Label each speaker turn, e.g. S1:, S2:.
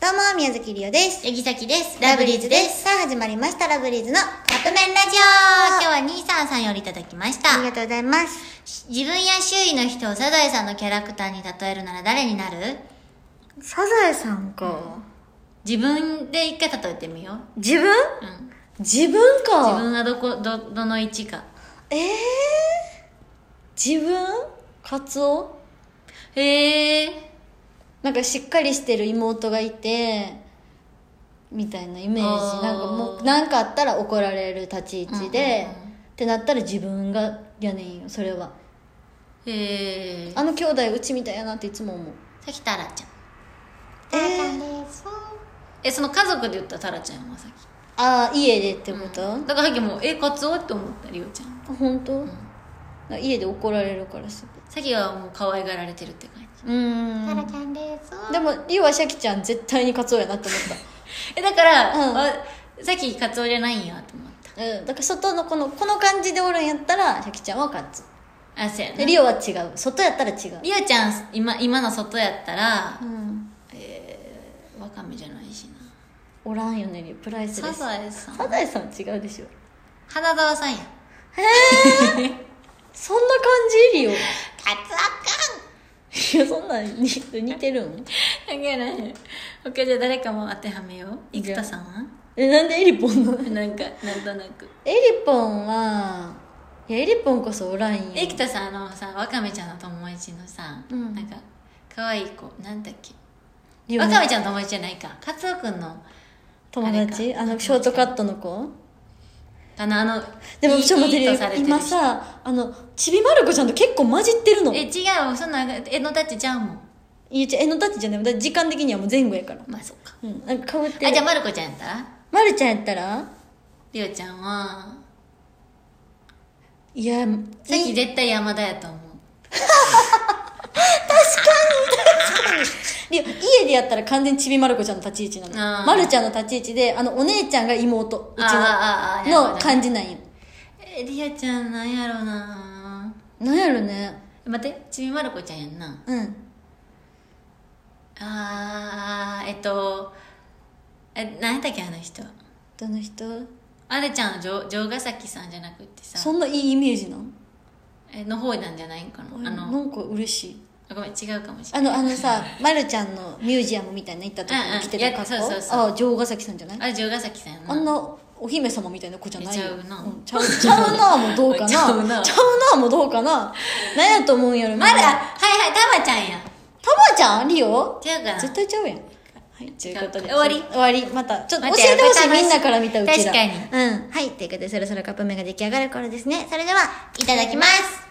S1: どうも、宮崎りおです。
S2: ヤギサキです。
S1: す。さあ、始まりました、ラブリーズのカップ麺ラジ
S2: 今日
S1: オ
S2: は兄さんさんよりいただきまし
S1: ありが
S2: た。
S1: とうございます。
S2: 自分や周囲の人をサザエさんのキャラクターに例えるなら誰になる
S1: サザエさんか。
S2: 自分で一回例えてみよう。
S1: 自分
S2: うん。
S1: 自分
S2: 自分はどこ、ど、どの位置か。
S1: えー、自分カツオ
S2: へえ。
S1: なんかしっかりしてる妹がいて、みたいなイメー
S2: あ
S1: ジ。な
S2: ー
S1: んかもう、なんかあったら怒られる立ち位置で、
S2: うんうんう
S1: っ
S2: ん
S1: てなったら自分がやねんよ、それは。
S2: へえ。
S1: あの兄弟うちみたいやなっていつも思う。
S2: さきタラちゃん。
S1: えー
S2: え、その家族で言ったらタラちゃんはさっき。
S1: ああ家でってこと、
S2: だからさっきもう、え、カツオって思った、リオちゃん。
S1: 本当、家で怒られるからす
S2: さっきはもう可愛がられてるって感じ。
S1: ぐうん
S2: タラちゃんです。
S1: でもリオはシャキちゃん絶対にカツオやなって思っ
S2: え、だから、
S1: うん
S2: あさっきカツオじゃないんやと思った。
S1: た、うん、だから外のこのこの感じでおるんやったらシャキちゃんはカツ
S2: あ、そうやな
S1: で。リオは違う外やったら違う
S2: リオちゃん今今の外やったら
S1: うん
S2: ワカメじゃないしな
S1: おらんよねリオプライスで
S2: サ
S1: す
S2: ザエさん
S1: サザエさんは違うでしょ
S2: 花澤さんや
S1: そんな感じ リオい
S2: カツオ
S1: やそんなんに似てるん
S2: くん関係ない OK じゃあ誰かも当てはめよう生田さんは
S1: えなんでエリポンなの
S2: なんかなんとなく
S1: エリポンはいやエリポンこそおらんよ
S2: 生田さんあのさワカメちゃんの友達のさ、
S1: うん
S2: なんか可愛い子なんだっけ
S1: リオ
S2: ワ
S1: の
S2: カメちゃんの友達じゃないかカツオくんの
S1: 友達
S2: あれか
S1: あのショートカットの子
S2: かなあの
S1: でも
S2: いい
S1: ちょっと待っ
S2: いいと
S1: て
S2: されてる人
S1: 今さあのちびまる子ちゃんと結構混じってるのい
S2: え違うそんなえのだってちゃうもん
S1: やちえのたちじゃないだって時間的にはもう前後やから
S2: まあそっか
S1: うんなんか被ってる
S2: あじゃあまる子ちゃんやったら
S1: まるちゃんやったら
S2: りおちゃんはい
S1: や
S2: さっき
S1: い
S2: 絶対山田やと思う
S1: いや家でやったら完全にちびまる子ちゃんの立ち位置な
S2: あ
S1: の
S2: ー
S1: まるちゃんの立ち位置であのお姉ちゃんが妹うち
S2: あーあーあーなるほ
S1: の
S2: ど
S1: の
S2: ね
S1: 感じなんよ
S2: えりあちゃんなんやろうな
S1: なんやろね
S2: 待ってちびまる子ちゃんやんな
S1: うん
S2: あーえっとえ何やったっけあの人
S1: どの人
S2: あれちゃんは城城ヶ崎さんじゃなくって
S1: そ
S2: さ
S1: んないいイメージなん
S2: えの方なんじゃないんかなあ
S1: な
S2: の
S1: んか嬉しい
S2: あごめん違うかもしれ
S1: あ
S2: ない
S1: のあのさ、ま、るちゃんのミュージアムみたいなの行った時に着てた格好、
S2: うんうんいやそうそうそう
S1: あ城ヶ崎さんじゃない
S2: あれ城ヶ崎さんやんな
S1: あんなお姫様みたいな子じゃないよ
S2: ちゃうな
S1: うんちゃうちゃうなもどうかな
S2: ちゃうな
S1: ちゃうなもどうかな何やと思うんやろ
S2: まだはい
S1: た
S2: はいたまちゃんや
S1: まちゃんリオ
S2: 違うかな
S1: 絶対ちゃうやんはいということで
S2: 終わり
S1: 終わりまたちょっと教
S2: 待って
S1: えてほしい
S2: これ楽
S1: み
S2: しい
S1: んなから見たうちら
S2: 確かに
S1: うんはいということでそろそろカップ麺が出来上がる頃ですねそれではい
S2: ただきます